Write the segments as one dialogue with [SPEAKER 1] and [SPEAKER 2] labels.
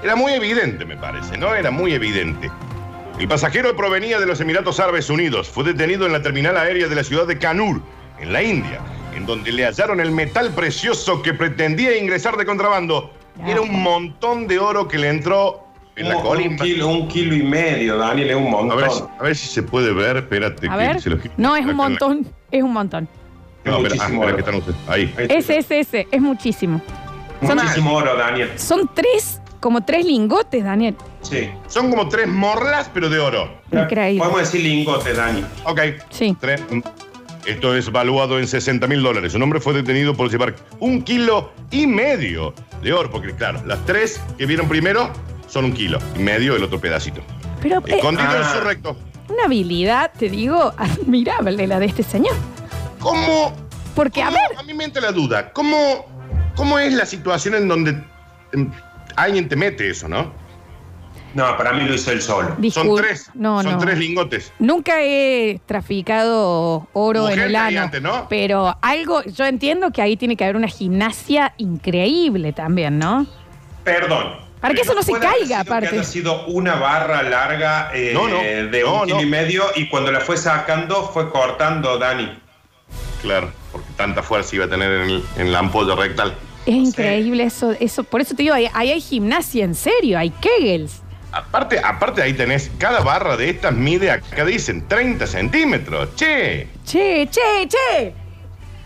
[SPEAKER 1] Era muy evidente, me parece, ¿no? Era muy evidente. El pasajero provenía de los Emiratos Árabes Unidos. Fue detenido en la terminal aérea de la ciudad de Kanur, en la India, en donde le hallaron el metal precioso que pretendía ingresar de contrabando. Era un montón de oro que le entró en la
[SPEAKER 2] Un- un,
[SPEAKER 1] colimba.
[SPEAKER 2] kilo, un kilo y medio, Daniel, es un
[SPEAKER 1] A ver,
[SPEAKER 2] montón.
[SPEAKER 1] a ver si se puede ver. Espérate.
[SPEAKER 3] A
[SPEAKER 1] que
[SPEAKER 3] ver.
[SPEAKER 1] se lo quiero
[SPEAKER 3] No, es un
[SPEAKER 1] mostrar acá en
[SPEAKER 3] montón. Es un montón.
[SPEAKER 1] la- No, espera, ah,
[SPEAKER 2] Muchísimo
[SPEAKER 1] espera,
[SPEAKER 2] oro.
[SPEAKER 1] que están ustedes. Ahí.
[SPEAKER 2] Ahí está.
[SPEAKER 3] Ese, ese, ese. Es muchísimo. Son-
[SPEAKER 2] Muchísimo oro, Daniel.
[SPEAKER 3] Son tres, como tres lingotes, Daniel.
[SPEAKER 2] Sí.
[SPEAKER 1] Son como tres morlas, pero de oro.
[SPEAKER 3] Increíble.
[SPEAKER 2] Podemos decir lingote, Dani.
[SPEAKER 1] Ok.
[SPEAKER 3] Sí.
[SPEAKER 1] Tres. Esto es valuado en 60 mil dólares. Un hombre fue detenido por llevar un kilo y medio de oro, porque claro, las tres que vieron primero son un kilo y medio el otro pedacito.
[SPEAKER 3] Pero eh,
[SPEAKER 1] Escondido
[SPEAKER 2] ah.
[SPEAKER 1] en su recto.
[SPEAKER 3] una habilidad, te digo, admirable la de este señor.
[SPEAKER 1] ¿Cómo?
[SPEAKER 3] Porque, a
[SPEAKER 1] cómo-
[SPEAKER 3] ver,
[SPEAKER 1] A mí me entra la duda. ¿Cómo, cómo es la situación en donde em, alguien te mete eso, no?
[SPEAKER 2] No, para mí lo hizo él solo.
[SPEAKER 3] disculpe.
[SPEAKER 1] Son tres.
[SPEAKER 3] No,
[SPEAKER 1] son
[SPEAKER 3] no.
[SPEAKER 1] tres lingotes.
[SPEAKER 3] Nunca he traficado oro
[SPEAKER 1] Mujer
[SPEAKER 3] en el ano.
[SPEAKER 1] mediante, ¿no?
[SPEAKER 3] Pero algo, yo entiendo que ahí tiene que haber una gimnasia increíble también, ¿no?
[SPEAKER 2] Perdón.
[SPEAKER 3] Para que eso no se
[SPEAKER 2] Puede haber sido
[SPEAKER 3] caiga,
[SPEAKER 2] Que
[SPEAKER 3] aparte.
[SPEAKER 2] haya sido una barra larga eh,
[SPEAKER 1] No, no,
[SPEAKER 2] de
[SPEAKER 1] no,
[SPEAKER 2] un kilo
[SPEAKER 1] no.
[SPEAKER 2] y medio y cuando la fue sacando fue cortando, Dani.
[SPEAKER 1] Claro, porque tanta fuerza iba a tener en, el- en la ampolla rectal.
[SPEAKER 3] Es increíble eso, eso. Por eso te digo, ahí, ahí hay gimnasia en serio, hay kegels.
[SPEAKER 1] Aparte, aparte ahí tenés, cada barra de estas mide, acá dicen, 30 centímetros. Che,
[SPEAKER 3] Che, che,
[SPEAKER 1] Eh.
[SPEAKER 3] che.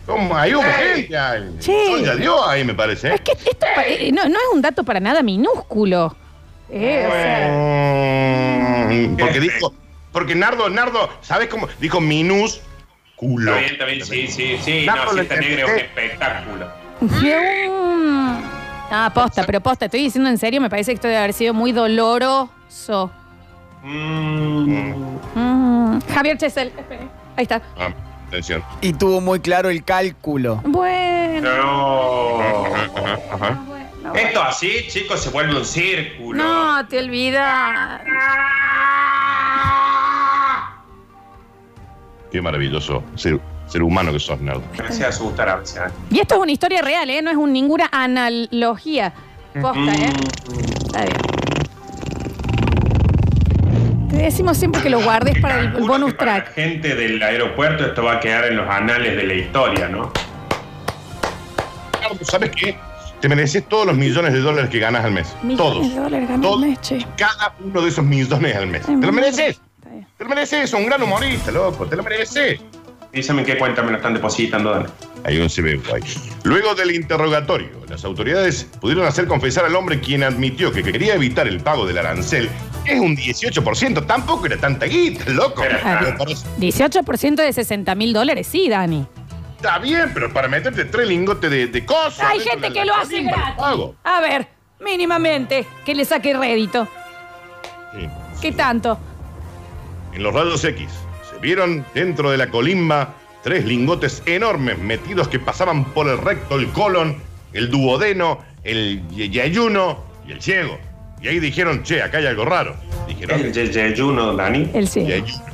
[SPEAKER 1] ¿cómo? ahí hubo
[SPEAKER 2] Ey.
[SPEAKER 1] gente. ahí.
[SPEAKER 3] Che.
[SPEAKER 1] Soy de Dios ahí, me parece.
[SPEAKER 3] Es que esto pa- eh, no, no es un dato para nada minúsculo. Eh, o sea,
[SPEAKER 1] Mm, Porque dijo, porque Nardo, Nardo, ¿sabes cómo? Dijo minúsculo.
[SPEAKER 2] Está bien, está bien, sí, sí, sí.
[SPEAKER 1] No,
[SPEAKER 2] No,
[SPEAKER 1] por
[SPEAKER 2] si
[SPEAKER 1] lo Eh.
[SPEAKER 2] está
[SPEAKER 1] que-
[SPEAKER 2] negra es un espectáculo.
[SPEAKER 3] que un- Ah, posta, pero posta, estoy diciendo en serio, me parece que esto debe haber sido muy doloroso.
[SPEAKER 2] Mm.
[SPEAKER 3] Mm, Javier Chesel, espere. Ahí está.
[SPEAKER 1] Ah, atención.
[SPEAKER 4] Y
[SPEAKER 1] Oh.
[SPEAKER 4] tuvo muy claro el cálculo.
[SPEAKER 3] Bueno.
[SPEAKER 2] No.
[SPEAKER 1] Ajá, ajá.
[SPEAKER 3] bueno. No,
[SPEAKER 2] Esto así, chicos, se vuelve un círculo.
[SPEAKER 3] no te olvidas.
[SPEAKER 1] Qué maravilloso ser, ser humano que sos, Nerd.
[SPEAKER 2] Me hace asustar a veces.
[SPEAKER 3] Y esto es una historia real, ¿eh? No es un- ninguna analogía. Posta, ¿eh?
[SPEAKER 1] Mm.
[SPEAKER 2] mm,
[SPEAKER 3] Está bien. Te decimos siempre que lo guardes para el, el
[SPEAKER 2] Calculo
[SPEAKER 3] bonus
[SPEAKER 2] que para
[SPEAKER 3] track.
[SPEAKER 2] la gente del aeropuerto esto va a quedar en los anales de la historia, ¿no?
[SPEAKER 1] Ricardo, ¿sabes qué? Te mereces todos los millones de dólares que ganas al mes.
[SPEAKER 3] Millones
[SPEAKER 1] todos.
[SPEAKER 3] de dólares gana
[SPEAKER 1] Todos.
[SPEAKER 3] el mes, che.
[SPEAKER 1] Cada uno de esos millones al mes. Te lo mereces.
[SPEAKER 3] Está bien.
[SPEAKER 1] Te lo mereces. Un gran humorista, loco. Te lo mereces.
[SPEAKER 2] Dígame en qué cuenta me lo están depositando, Dani.
[SPEAKER 1] Hay un CB guay. Luego del interrogatorio, las autoridades pudieron hacer confesar al hombre quien admitió que quería evitar el pago del arancel. Es un 18%. Tampoco era tanta guita, loco.
[SPEAKER 2] Era
[SPEAKER 3] Ah,
[SPEAKER 1] Me parece-
[SPEAKER 3] 18% de 60 mil dólares, sí, Dani.
[SPEAKER 1] Está bien, pero para meterte tres lingotes de, de cosas.
[SPEAKER 3] Hay
[SPEAKER 1] dentro
[SPEAKER 3] gente
[SPEAKER 1] de
[SPEAKER 3] que
[SPEAKER 1] la
[SPEAKER 3] lo hace
[SPEAKER 1] colimba,
[SPEAKER 3] gratis.
[SPEAKER 1] pago.
[SPEAKER 3] A ver, mínimamente, que le saque rédito.
[SPEAKER 1] Sí.
[SPEAKER 3] ¿Qué tanto?
[SPEAKER 1] En los rayos X se vieron dentro de la colimba tres lingotes enormes metidos que pasaban por el recto, el colon, el duodeno, el ye- yeyuno y el ciego. Y ahí dijeron, che, acá hay algo raro. Dijeron,
[SPEAKER 2] El ye- yeyuno, Dani.
[SPEAKER 3] El sí.
[SPEAKER 1] yeyuno,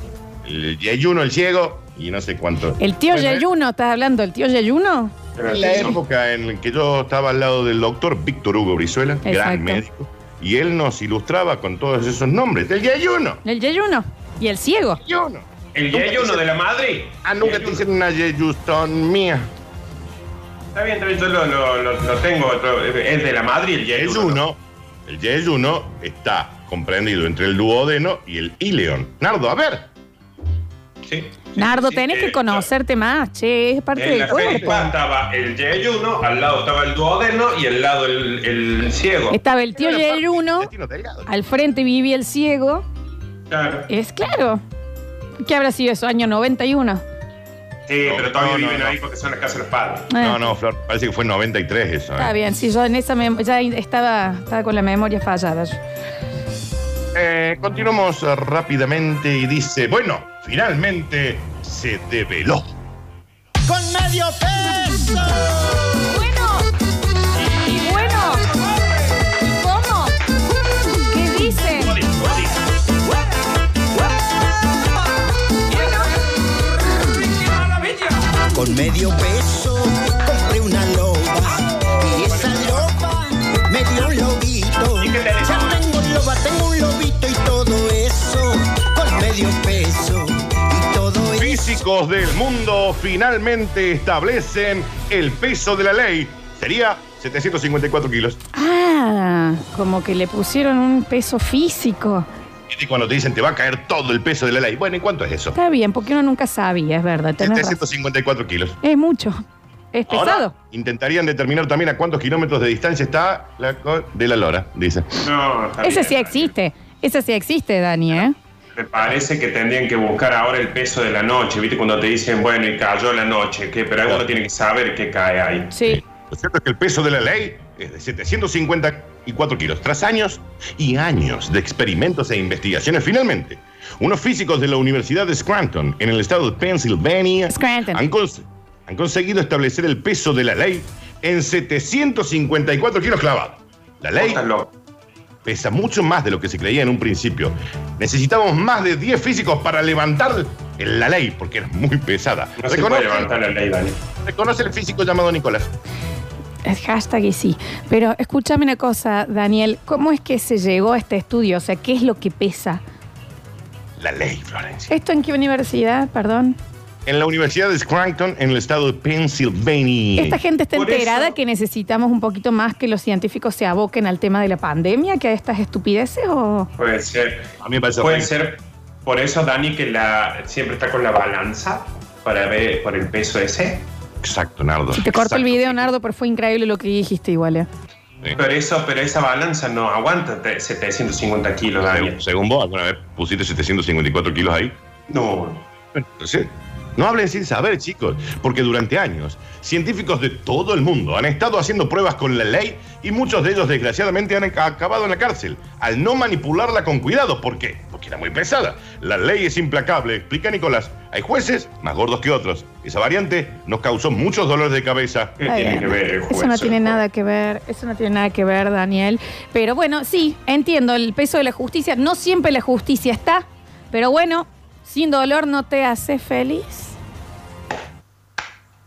[SPEAKER 1] el yeyuno, el ciego y no sé cuánto.
[SPEAKER 3] El tío
[SPEAKER 1] Bueno,
[SPEAKER 3] Yayuno, ¿estás hablando del tío Yayuno?
[SPEAKER 1] En la época en la que yo estaba al lado del doctor Víctor Hugo Brizuela,
[SPEAKER 3] Exacto.
[SPEAKER 1] gran médico, y él nos ilustraba con todos esos nombres. El yeyuno,
[SPEAKER 3] El Yayuno. Y el ciego.
[SPEAKER 1] yeyuno.
[SPEAKER 2] El yeyuno de la Madrid.
[SPEAKER 1] Ah, nunca te
[SPEAKER 2] Yeyuno.
[SPEAKER 1] hicieron una yeyustomía.
[SPEAKER 2] Está bien, está bien, yo lo, lo- lo- lo tengo. lo- es de la Madrid el
[SPEAKER 1] El
[SPEAKER 2] yeyuno.
[SPEAKER 1] yeyuno, el yeyuno está comprendido entre el duodeno y el ileón. Nardo, a ver.
[SPEAKER 2] Sí, sí,
[SPEAKER 3] Nardo,
[SPEAKER 2] sí,
[SPEAKER 3] tenés
[SPEAKER 2] eh,
[SPEAKER 3] que conocerte más, che, es parte
[SPEAKER 2] En
[SPEAKER 3] del
[SPEAKER 2] la
[SPEAKER 3] cuerpo.
[SPEAKER 2] felpa estaba el yeyuno, al lado estaba el duodeno y al lado el, el ciego.
[SPEAKER 3] Estaba el tío Ah.
[SPEAKER 1] Era la parte
[SPEAKER 3] Yayuno,
[SPEAKER 1] del intestino delgado.
[SPEAKER 3] al frente vivía el ciego.
[SPEAKER 2] Claro.
[SPEAKER 3] Es claro. ¿Qué habrá sido eso? Año 91.
[SPEAKER 2] Sí,
[SPEAKER 1] No,
[SPEAKER 2] pero todavía
[SPEAKER 1] no, no,
[SPEAKER 2] viven
[SPEAKER 1] no.
[SPEAKER 2] ahí porque son las casas de los padres.
[SPEAKER 3] Eh,
[SPEAKER 1] No, no, Flor, parece que fue en 93 eso.
[SPEAKER 3] Está
[SPEAKER 1] eh.
[SPEAKER 3] bien, sí, yo en esa mem- ya estaba, estaba con la memoria fallada. yo.
[SPEAKER 1] Eh, continuamos eh, rápidamente y dice, bueno, finalmente se develó.
[SPEAKER 4] con medio peso.
[SPEAKER 3] Bueno, y bueno, ¿cómo? ¿Qué dice?
[SPEAKER 4] Con medio peso compré una loba y esa loba me dio un lobito.
[SPEAKER 2] ¿Y qué tenés?
[SPEAKER 4] Ya tengo loba, tengo un lobito y todo eso con medio peso y todo eso.
[SPEAKER 1] Físicos del mundo finalmente establecen el peso de la ley. Sería 754 kilos.
[SPEAKER 3] Ah, como que le pusieron un peso físico.
[SPEAKER 1] Y cuando te dicen te va a caer todo el peso de la ley. Bueno, ¿y cuánto es eso?
[SPEAKER 3] Está bien, porque uno nunca sabía, es verdad. tenés
[SPEAKER 2] Este
[SPEAKER 3] razón.
[SPEAKER 1] 754 kilos.
[SPEAKER 3] Es mucho. Es pesado.
[SPEAKER 1] Ahora intentarían determinar también a cuántos kilómetros de distancia está la co- de la lora, dice.
[SPEAKER 2] No,
[SPEAKER 3] Ese
[SPEAKER 2] está bien,
[SPEAKER 3] sí
[SPEAKER 2] está bien.
[SPEAKER 3] existe. Ese sí existe, Dani, ¿eh?
[SPEAKER 2] Me parece que tendrían que buscar ahora el peso de la noche, ¿viste? Cuando te dicen, bueno, y cayó la noche, que pero alguno tiene que saber qué cae ahí.
[SPEAKER 3] Sí.
[SPEAKER 1] Lo cierto es que el peso de la ley es de 754 kilos. Tras años y años de experimentos e investigaciones, finalmente, unos físicos de la Universidad de Scranton, en el estado de Pensilvania,
[SPEAKER 3] Scranton.
[SPEAKER 1] han, cons- han conseguido establecer el peso de la ley en 754 kilos clavados. La ley
[SPEAKER 2] Estás loco.
[SPEAKER 1] pesa mucho más de lo que se creía en un principio. Necesitamos más de 10 físicos para levantar la ley, porque era muy pesada.
[SPEAKER 2] No se puede
[SPEAKER 1] reconoce,
[SPEAKER 2] levantar la ley, Dani.
[SPEAKER 1] reconoce el físico llamado Nicolás.
[SPEAKER 3] Es Hashtag y sí. Pero escúchame una cosa, Daniel. ¿Cómo es que se llegó a este estudio? O sea, ¿qué es lo que pesa?
[SPEAKER 1] La ley, Florencia.
[SPEAKER 3] ¿Esto en qué universidad? Perdón.
[SPEAKER 1] En la Universidad de Scranton, en el estado de Pennsylvania.
[SPEAKER 3] Esta gente está
[SPEAKER 2] Por
[SPEAKER 3] enterada
[SPEAKER 2] eso-
[SPEAKER 3] que necesitamos un poquito más que los científicos se aboquen al tema de la pandemia, que a estas estupideces o...
[SPEAKER 2] Puede ser.
[SPEAKER 1] A mí me parece
[SPEAKER 2] Puede
[SPEAKER 1] horrible.
[SPEAKER 2] ser por eso, Dani, que la siempre está con la balanza para ver por el peso ese.
[SPEAKER 1] Exacto, Nardo.
[SPEAKER 3] Si te corto el
[SPEAKER 1] Exacto.
[SPEAKER 3] video, Nardo, pero fue increíble lo que dijiste igual. ¿eh?
[SPEAKER 2] Pero eso, pero esa balanza no aguanta te- 750 kilos, Dani.
[SPEAKER 1] Según, según vos, alguna vez pusiste 754 kilos ahí.
[SPEAKER 2] No.
[SPEAKER 1] Entonces, no hablen sin saber, chicos, porque durante años científicos de todo el mundo han estado haciendo pruebas con la ley y muchos de ellos desgraciadamente han ac- acabado en la cárcel al no manipularla con cuidado. ¿Por qué? Porque era muy pesada. La ley es implacable, explica Nicolás. Hay jueces más gordos que otros. Esa variante nos causó muchos dolores de cabeza.
[SPEAKER 2] ¿Qué
[SPEAKER 3] Está
[SPEAKER 2] tiene
[SPEAKER 3] bien.
[SPEAKER 2] que ver el
[SPEAKER 3] Eso
[SPEAKER 2] juez?
[SPEAKER 3] no tiene nada que ver, eso no tiene nada que ver, Daniel. Pero bueno, sí, entiendo el peso de la justicia. No siempre la justicia está, pero bueno, sin dolor no te hace feliz.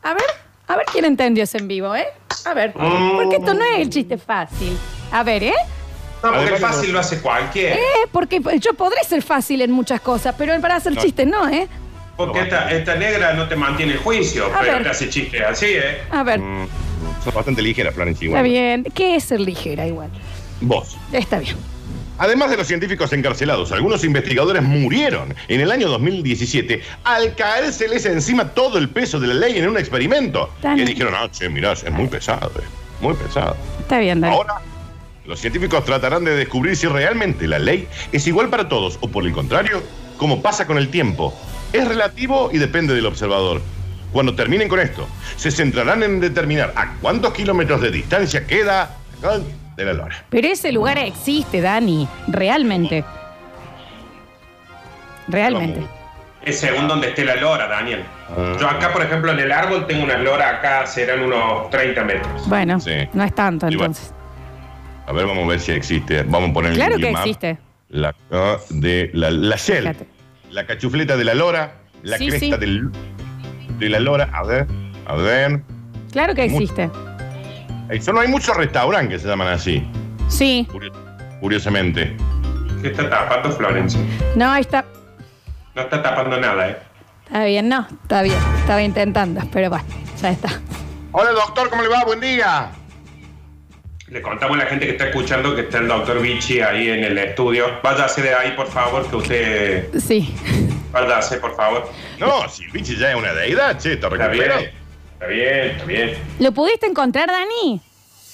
[SPEAKER 3] A ver, a ver quién entendió eso en vivo, ¿eh? A ver, porque esto no es el chiste fácil. A ver, ¿eh?
[SPEAKER 2] No, porque
[SPEAKER 1] Además,
[SPEAKER 2] el fácil lo hace cualquiera.
[SPEAKER 3] Eh, porque yo podré ser fácil en muchas cosas, pero para hacer
[SPEAKER 1] No.
[SPEAKER 3] chistes no, ¿eh?
[SPEAKER 2] Porque esta, esta negra no te mantiene el juicio,
[SPEAKER 3] A
[SPEAKER 2] pero
[SPEAKER 3] ver.
[SPEAKER 2] te hace chistes así, ¿eh?
[SPEAKER 3] A ver,
[SPEAKER 1] Son bastante ligeras, Florencia.
[SPEAKER 3] está
[SPEAKER 1] igual.
[SPEAKER 3] bien. ¿Qué es ser ligera igual?
[SPEAKER 1] Vos.
[SPEAKER 3] Está bien.
[SPEAKER 1] Además de los científicos encarcelados, algunos investigadores murieron en el año 2017 al caérseles encima todo el peso de la ley en un experimento.
[SPEAKER 3] Tan-
[SPEAKER 1] Y dijeron, ah, che, mirá, es muy pesado, eh, muy pesado.
[SPEAKER 3] Está bien, Daniel.
[SPEAKER 1] Ahora, los científicos tratarán de descubrir si realmente la ley es igual para todos o por el contrario, como pasa con el tiempo. Es relativo y depende del observador. Cuando terminen con esto, se centrarán en determinar a cuántos kilómetros de distancia queda de la lora.
[SPEAKER 3] Pero ese lugar existe, Dani, realmente. Realmente.
[SPEAKER 2] Es según donde esté la lora, Daniel.
[SPEAKER 3] Ah.
[SPEAKER 2] Yo acá, por ejemplo, en el árbol tengo una lora acá, serán unos 30 metros.
[SPEAKER 3] Bueno,
[SPEAKER 1] Sí.
[SPEAKER 3] no es tanto
[SPEAKER 1] Y bueno,
[SPEAKER 3] entonces.
[SPEAKER 1] A ver, vamos a ver si existe. Vamos a poner en
[SPEAKER 3] Claro
[SPEAKER 1] Google
[SPEAKER 3] que
[SPEAKER 1] Maps.
[SPEAKER 3] existe.
[SPEAKER 1] La ca- de la, la shell,
[SPEAKER 3] Fíjate.
[SPEAKER 1] la cachufleta de la lora, la
[SPEAKER 3] Sí,
[SPEAKER 1] cresta
[SPEAKER 3] sí.
[SPEAKER 1] del- de la lora. A ver, a ver.
[SPEAKER 3] Claro que
[SPEAKER 1] Mu-
[SPEAKER 3] existe.
[SPEAKER 1] Eh, Solo hay muchos restaurantes que se llaman así,
[SPEAKER 3] Sí.
[SPEAKER 1] curio- curiosamente.
[SPEAKER 2] ¿Qué está tapando Florencia?
[SPEAKER 3] No, está.
[SPEAKER 2] No está tapando nada, ¿eh?
[SPEAKER 3] Está bien, no, está bien. Estaba intentando, pero bueno, ya está.
[SPEAKER 1] Hola doctor, ¿cómo le va? Buen día.
[SPEAKER 2] Le contamos a la gente que está escuchando que está el doctor Vichy ahí en el estudio. Váyase de ahí, por favor, que usted...
[SPEAKER 3] Sí.
[SPEAKER 2] Váyase, por favor.
[SPEAKER 1] No, si el bicho ya es una deidad, che, te
[SPEAKER 2] Está bien,
[SPEAKER 1] recuperó.
[SPEAKER 2] está bien, está bien.
[SPEAKER 3] ¿Lo pudiste encontrar, Dani?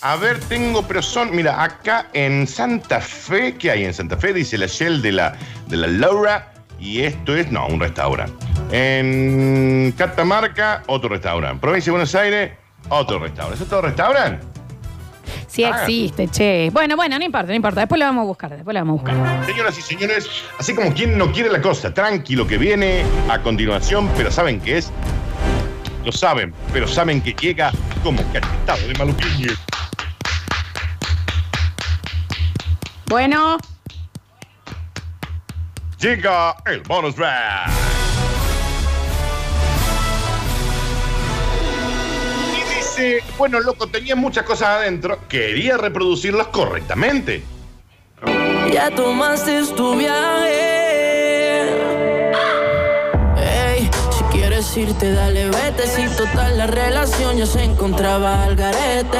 [SPEAKER 1] A ver, tengo, pero son, mira, acá en Santa Fe, ¿qué hay en Santa Fe? Dice la Shell de la, de la Laura y esto es, no, un restaurante. En Catamarca, otro restaurante. Provincia de Buenos Aires, otro restaurante. ¿Eso es todo restaurante?
[SPEAKER 3] Sí
[SPEAKER 1] Ah.
[SPEAKER 3] existe, che. Bueno, bueno, no importa, no importa. Después lo vamos a buscar, después lo vamos a buscar.
[SPEAKER 1] Señoras y señores, así como quien no quiere la cosa, tranquilo que viene a continuación, pero saben que es, lo saben, pero saben que llega como cachetado de maluquiño.
[SPEAKER 3] Bueno,
[SPEAKER 1] Llega el bonus round. Y dice, bueno, loco, tenía muchas cosas adentro, quería reproducirlas correctamente.
[SPEAKER 5] Ya tomaste tu viaje. Ey, si quieres irte, dale, vete. Si total la relación ya se encontraba al garete.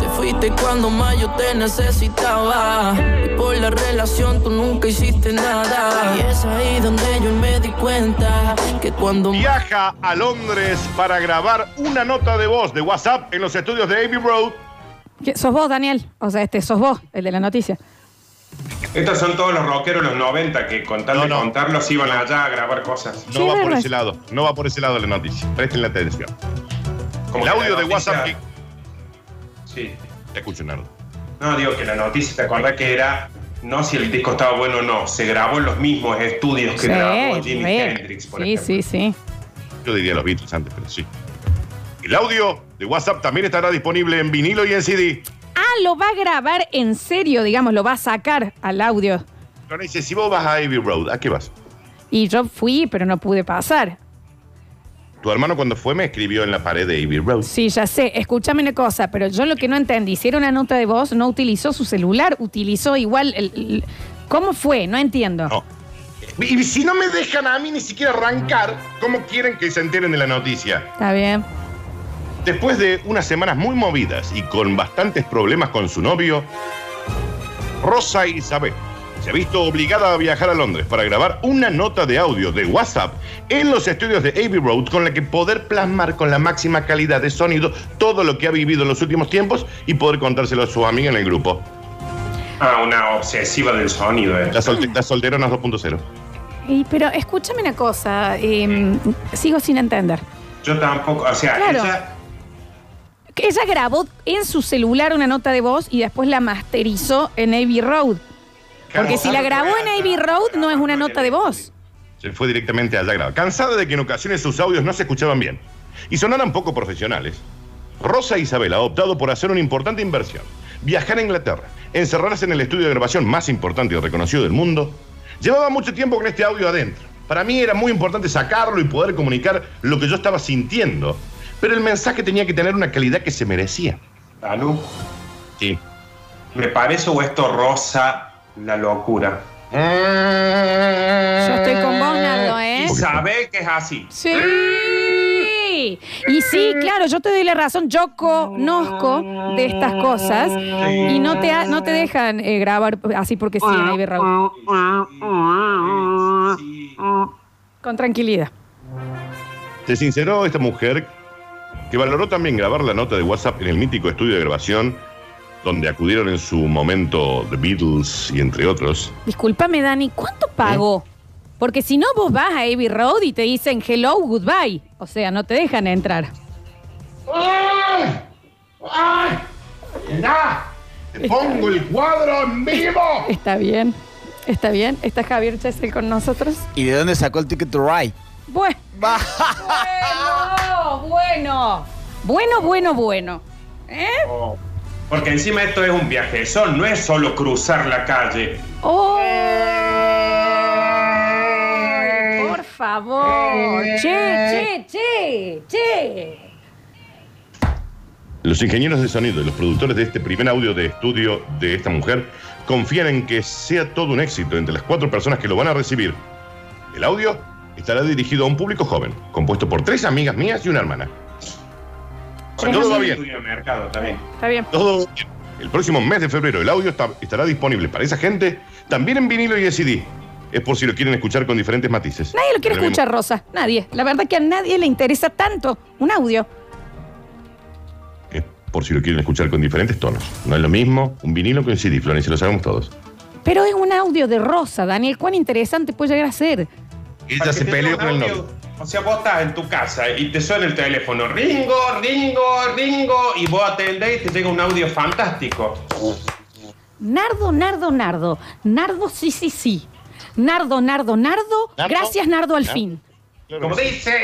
[SPEAKER 5] Te fuiste cuando más yo te necesitaba. Y por la relación tú nunca hiciste nada. Y es ahí donde yo me di cuenta que cuando más
[SPEAKER 1] Viaja a Londres para grabar una nota de voz de WhatsApp en los estudios de Abbey Road.
[SPEAKER 3] ¿qué- sos vos, Daniel. O sea, este sos vos, el de la noticia.
[SPEAKER 2] Estos son todos los rockeros los 90 que con tal
[SPEAKER 1] No,
[SPEAKER 2] de
[SPEAKER 1] no.
[SPEAKER 2] contarlos iban allá a grabar cosas.
[SPEAKER 1] No
[SPEAKER 3] Sí,
[SPEAKER 1] va por
[SPEAKER 3] verdad.
[SPEAKER 1] ese lado, no va por ese lado la noticia. Presten la atención. el
[SPEAKER 2] Como que
[SPEAKER 1] audio
[SPEAKER 2] la
[SPEAKER 1] de
[SPEAKER 2] noticia-
[SPEAKER 1] WhatsApp que...
[SPEAKER 2] Sí.
[SPEAKER 1] Te escucho, Nardo.
[SPEAKER 2] No, digo que la noticia, ¿te acordás que era? No si el disco estaba bueno o no. Se grabó en los mismos estudios que grabó Jimi
[SPEAKER 3] re.
[SPEAKER 2] Hendrix, por
[SPEAKER 3] sí,
[SPEAKER 2] ejemplo.
[SPEAKER 3] sí, sí.
[SPEAKER 1] Yo diría los Beatles antes, pero sí. El audio de WhatsApp también estará disponible en vinilo y en CD.
[SPEAKER 3] Ah, lo va a grabar en serio, digamos, lo va a sacar al audio.
[SPEAKER 1] Pero dice, si vos vas a Abbey Road, ¿a qué vas?
[SPEAKER 3] Y yo fui, pero no pude pasar.
[SPEAKER 1] Tu hermano cuando fue me escribió en la pared de Abbey Road.
[SPEAKER 3] Sí, ya sé, escúchame una cosa, pero yo lo que no entendí, si era una nota de voz, no utilizó su celular, utilizó igual el... el- ¿Cómo fue? No entiendo.
[SPEAKER 1] No. Y si no me dejan a mí ni siquiera arrancar, ¿cómo quieren que se enteren de la noticia?
[SPEAKER 3] Está bien.
[SPEAKER 1] Después de unas semanas muy movidas y con bastantes problemas con su novio, Rosa Isabel se ha visto obligada a viajar a Londres para grabar una nota de audio de WhatsApp en los estudios de Abbey Road con la que poder plasmar con la máxima calidad de sonido todo lo que ha vivido en los últimos tiempos y poder contárselo a sus amigos en el grupo.
[SPEAKER 2] Ah, una obsesiva del sonido, eh.
[SPEAKER 1] Las, solte- las solteronas 2.0.
[SPEAKER 3] Y, pero escúchame una cosa, eh, sigo sin entender.
[SPEAKER 2] Yo tampoco, o sea,
[SPEAKER 3] Claro.
[SPEAKER 2] ella,
[SPEAKER 3] Que Ella grabó en su celular una nota de voz y después la masterizó en Abbey Road. Porque si la grabó en Abbey Road no es una nota de voz.
[SPEAKER 1] Se fue directamente allá a grabar. Cansada de que en ocasiones sus audios no se escuchaban bien y sonaran poco profesionales, Rosa Isabel ha optado por hacer una importante inversión, viajar a Inglaterra, encerrarse en el estudio de grabación más importante y reconocido del mundo. Llevaba mucho tiempo con este audio adentro. Para mí era muy importante sacarlo y poder comunicar lo que yo estaba sintiendo, pero el mensaje tenía que tener una calidad que se merecía.
[SPEAKER 2] Danu,
[SPEAKER 1] Sí.
[SPEAKER 2] ¿me parece o esto rosa la locura?
[SPEAKER 3] Yo estoy con vos, Nardo, ¿eh?
[SPEAKER 2] Y sabe que es así.
[SPEAKER 3] Sí. Y sí, claro, yo te doy la razón. Yo conozco de estas cosas y no te, ha- no te dejan eh, grabar así porque sí, ahí ve Raúl.
[SPEAKER 2] Sí.
[SPEAKER 3] Con tranquilidad.
[SPEAKER 1] Se sinceró esta mujer que valoró también grabar la nota de WhatsApp en el mítico estudio de grabación donde acudieron en su momento The Beatles y entre otros.
[SPEAKER 3] Discúlpame, Dani, ¿cuánto pagó? Porque si no, vos vas a Abbey Road y te dicen hello, goodbye. O sea, no te dejan entrar.
[SPEAKER 1] ¡Te pongo el cuadro en vivo!
[SPEAKER 3] Está bien, está bien. Está Javier Chesel con nosotros.
[SPEAKER 6] ¿Y de dónde sacó el ticket to ride?
[SPEAKER 3] Bueno. bueno, bueno. Bueno, bueno, bueno. ¿Eh?
[SPEAKER 2] Oh. Porque encima esto es un viaje, eso no es solo cruzar la calle.
[SPEAKER 3] ¡Oh! Por favor. Che, che, che, che.
[SPEAKER 1] Los ingenieros de sonido y los productores de este primer audio de estudio de esta mujer confían en que sea todo un éxito entre las cuatro personas que lo van a recibir. El audio estará dirigido a un público joven, compuesto por tres amigas mías y una hermana.
[SPEAKER 2] Porque
[SPEAKER 1] Todo
[SPEAKER 2] es un
[SPEAKER 1] va bien.
[SPEAKER 2] estudio de mercado, está bien.
[SPEAKER 3] Está bien.
[SPEAKER 1] Todo el próximo mes de febrero el audio está- estará disponible para esa gente también en vinilo y en CD. Es por si lo quieren escuchar con diferentes matices.
[SPEAKER 3] Nadie lo quiere
[SPEAKER 1] Pero
[SPEAKER 3] escuchar, Rosa. Nadie. La verdad que a nadie le interesa tanto un audio.
[SPEAKER 1] Es por si lo quieren escuchar con diferentes tonos. No es lo mismo un vinilo que un CD, Florencia, lo sabemos todos.
[SPEAKER 3] Pero es un audio de Rosa, Daniel. ¿Cuán interesante puede llegar a ser?
[SPEAKER 1] Ella
[SPEAKER 2] Para que
[SPEAKER 1] se
[SPEAKER 2] te
[SPEAKER 1] peleó
[SPEAKER 2] suene
[SPEAKER 1] con el
[SPEAKER 2] un
[SPEAKER 1] novio.
[SPEAKER 2] audio. O sea, vos estás en tu casa y te suena el teléfono, ringo, ringo, ringo, y vos atendés y te llega un audio fantástico.
[SPEAKER 3] Nardo, Nardo, Nardo. Nardo, sí, sí, sí. Nardo, Nardo, Nardo.
[SPEAKER 1] Nardo.
[SPEAKER 3] Gracias, Nardo, al
[SPEAKER 1] Nardo.
[SPEAKER 3] fin.
[SPEAKER 2] Como dice,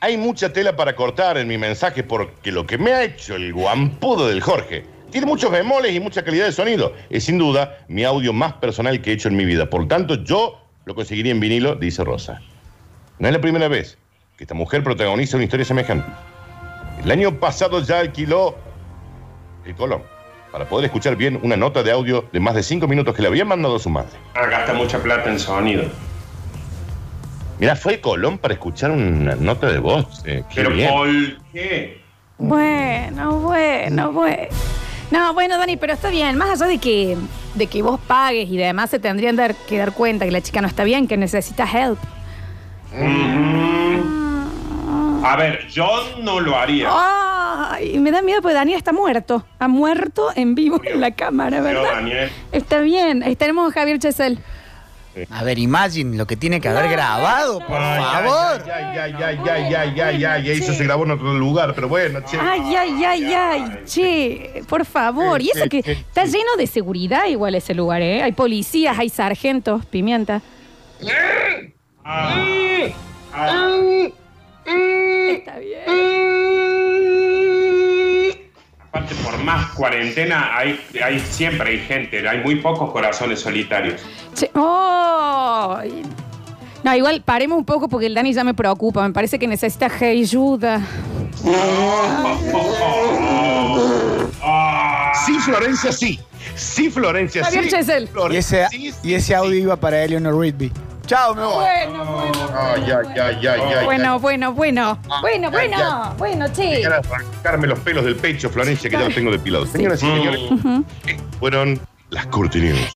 [SPEAKER 1] Hay mucha tela para cortar en mi mensaje porque lo que me ha hecho el guampudo del Jorge tiene muchos bemoles y mucha calidad de sonido. Es sin duda mi audio más personal que he hecho en mi vida. Por tanto, yo lo conseguiría en vinilo, dice Rosa. No es la primera vez que esta mujer protagoniza una historia semejante. El año pasado ya alquiló el Colón para poder escuchar bien una nota de audio de más de cinco minutos que le había mandado su madre.
[SPEAKER 2] ah, gasta mucha plata en sonido.
[SPEAKER 1] Mirá, fue el Colón para escuchar una nota de voz. eh, qué
[SPEAKER 2] Pero
[SPEAKER 1] bien.
[SPEAKER 2] ¿por qué?
[SPEAKER 3] Bueno, bueno, bueno. No, bueno, Dani, pero está bien. Más allá de que, de que vos pagues y además se tendrían dar- que dar cuenta que la chica no está bien, que necesita help.
[SPEAKER 2] A ver, yo no lo haría.
[SPEAKER 3] Ay, me da miedo porque Daniel está muerto. Ha muerto en vivo en la cámara,
[SPEAKER 2] Pero
[SPEAKER 3] ¿verdad?
[SPEAKER 2] Daniel,
[SPEAKER 3] Está bien. Ahí tenemos a Javier Chesel.
[SPEAKER 6] A ver, imagine lo que tiene que haber grabado, por
[SPEAKER 1] Ay, ay,
[SPEAKER 6] favor.
[SPEAKER 1] Ay, ay, ay, ay, ay, ay, ay, ay, ay, eso se grabó en otro lugar, pero bueno, che.
[SPEAKER 3] Ay, ay, ay, ay, che, por favor.
[SPEAKER 1] Sí,
[SPEAKER 3] Y eso
[SPEAKER 1] sí,
[SPEAKER 3] que
[SPEAKER 1] sí,
[SPEAKER 3] está lleno de seguridad igual ese lugar, ¿eh? Hay policías, hay sargentos, pimienta. Está bien.
[SPEAKER 2] aparte por más cuarentena, hay, hay siempre hay gente, hay muy pocos corazones solitarios.
[SPEAKER 3] Che, ¡Oh! No, igual paremos un poco porque el Dani ya me preocupa. Me parece que necesita ayuda.
[SPEAKER 1] Sí, Florencia, sí. Sí, Florencia, sí.
[SPEAKER 3] Javier Chesel.
[SPEAKER 6] Y
[SPEAKER 1] Florencia,
[SPEAKER 6] ese,
[SPEAKER 1] sí.
[SPEAKER 6] y ese audio iba para Eleanor Rigby. Chao, me voy.
[SPEAKER 3] Bueno, bueno.
[SPEAKER 1] Ay, ay, ay, ay, ay. Ah,
[SPEAKER 3] Bueno, bueno, bueno. Bueno,
[SPEAKER 1] ya,
[SPEAKER 3] bueno.
[SPEAKER 1] ya.
[SPEAKER 3] Bueno, che.
[SPEAKER 1] Dejar arrancarme los pelos del pecho, Florencia, que ya los tengo depilados. Señoras y señores, fueron eh, las cortinas.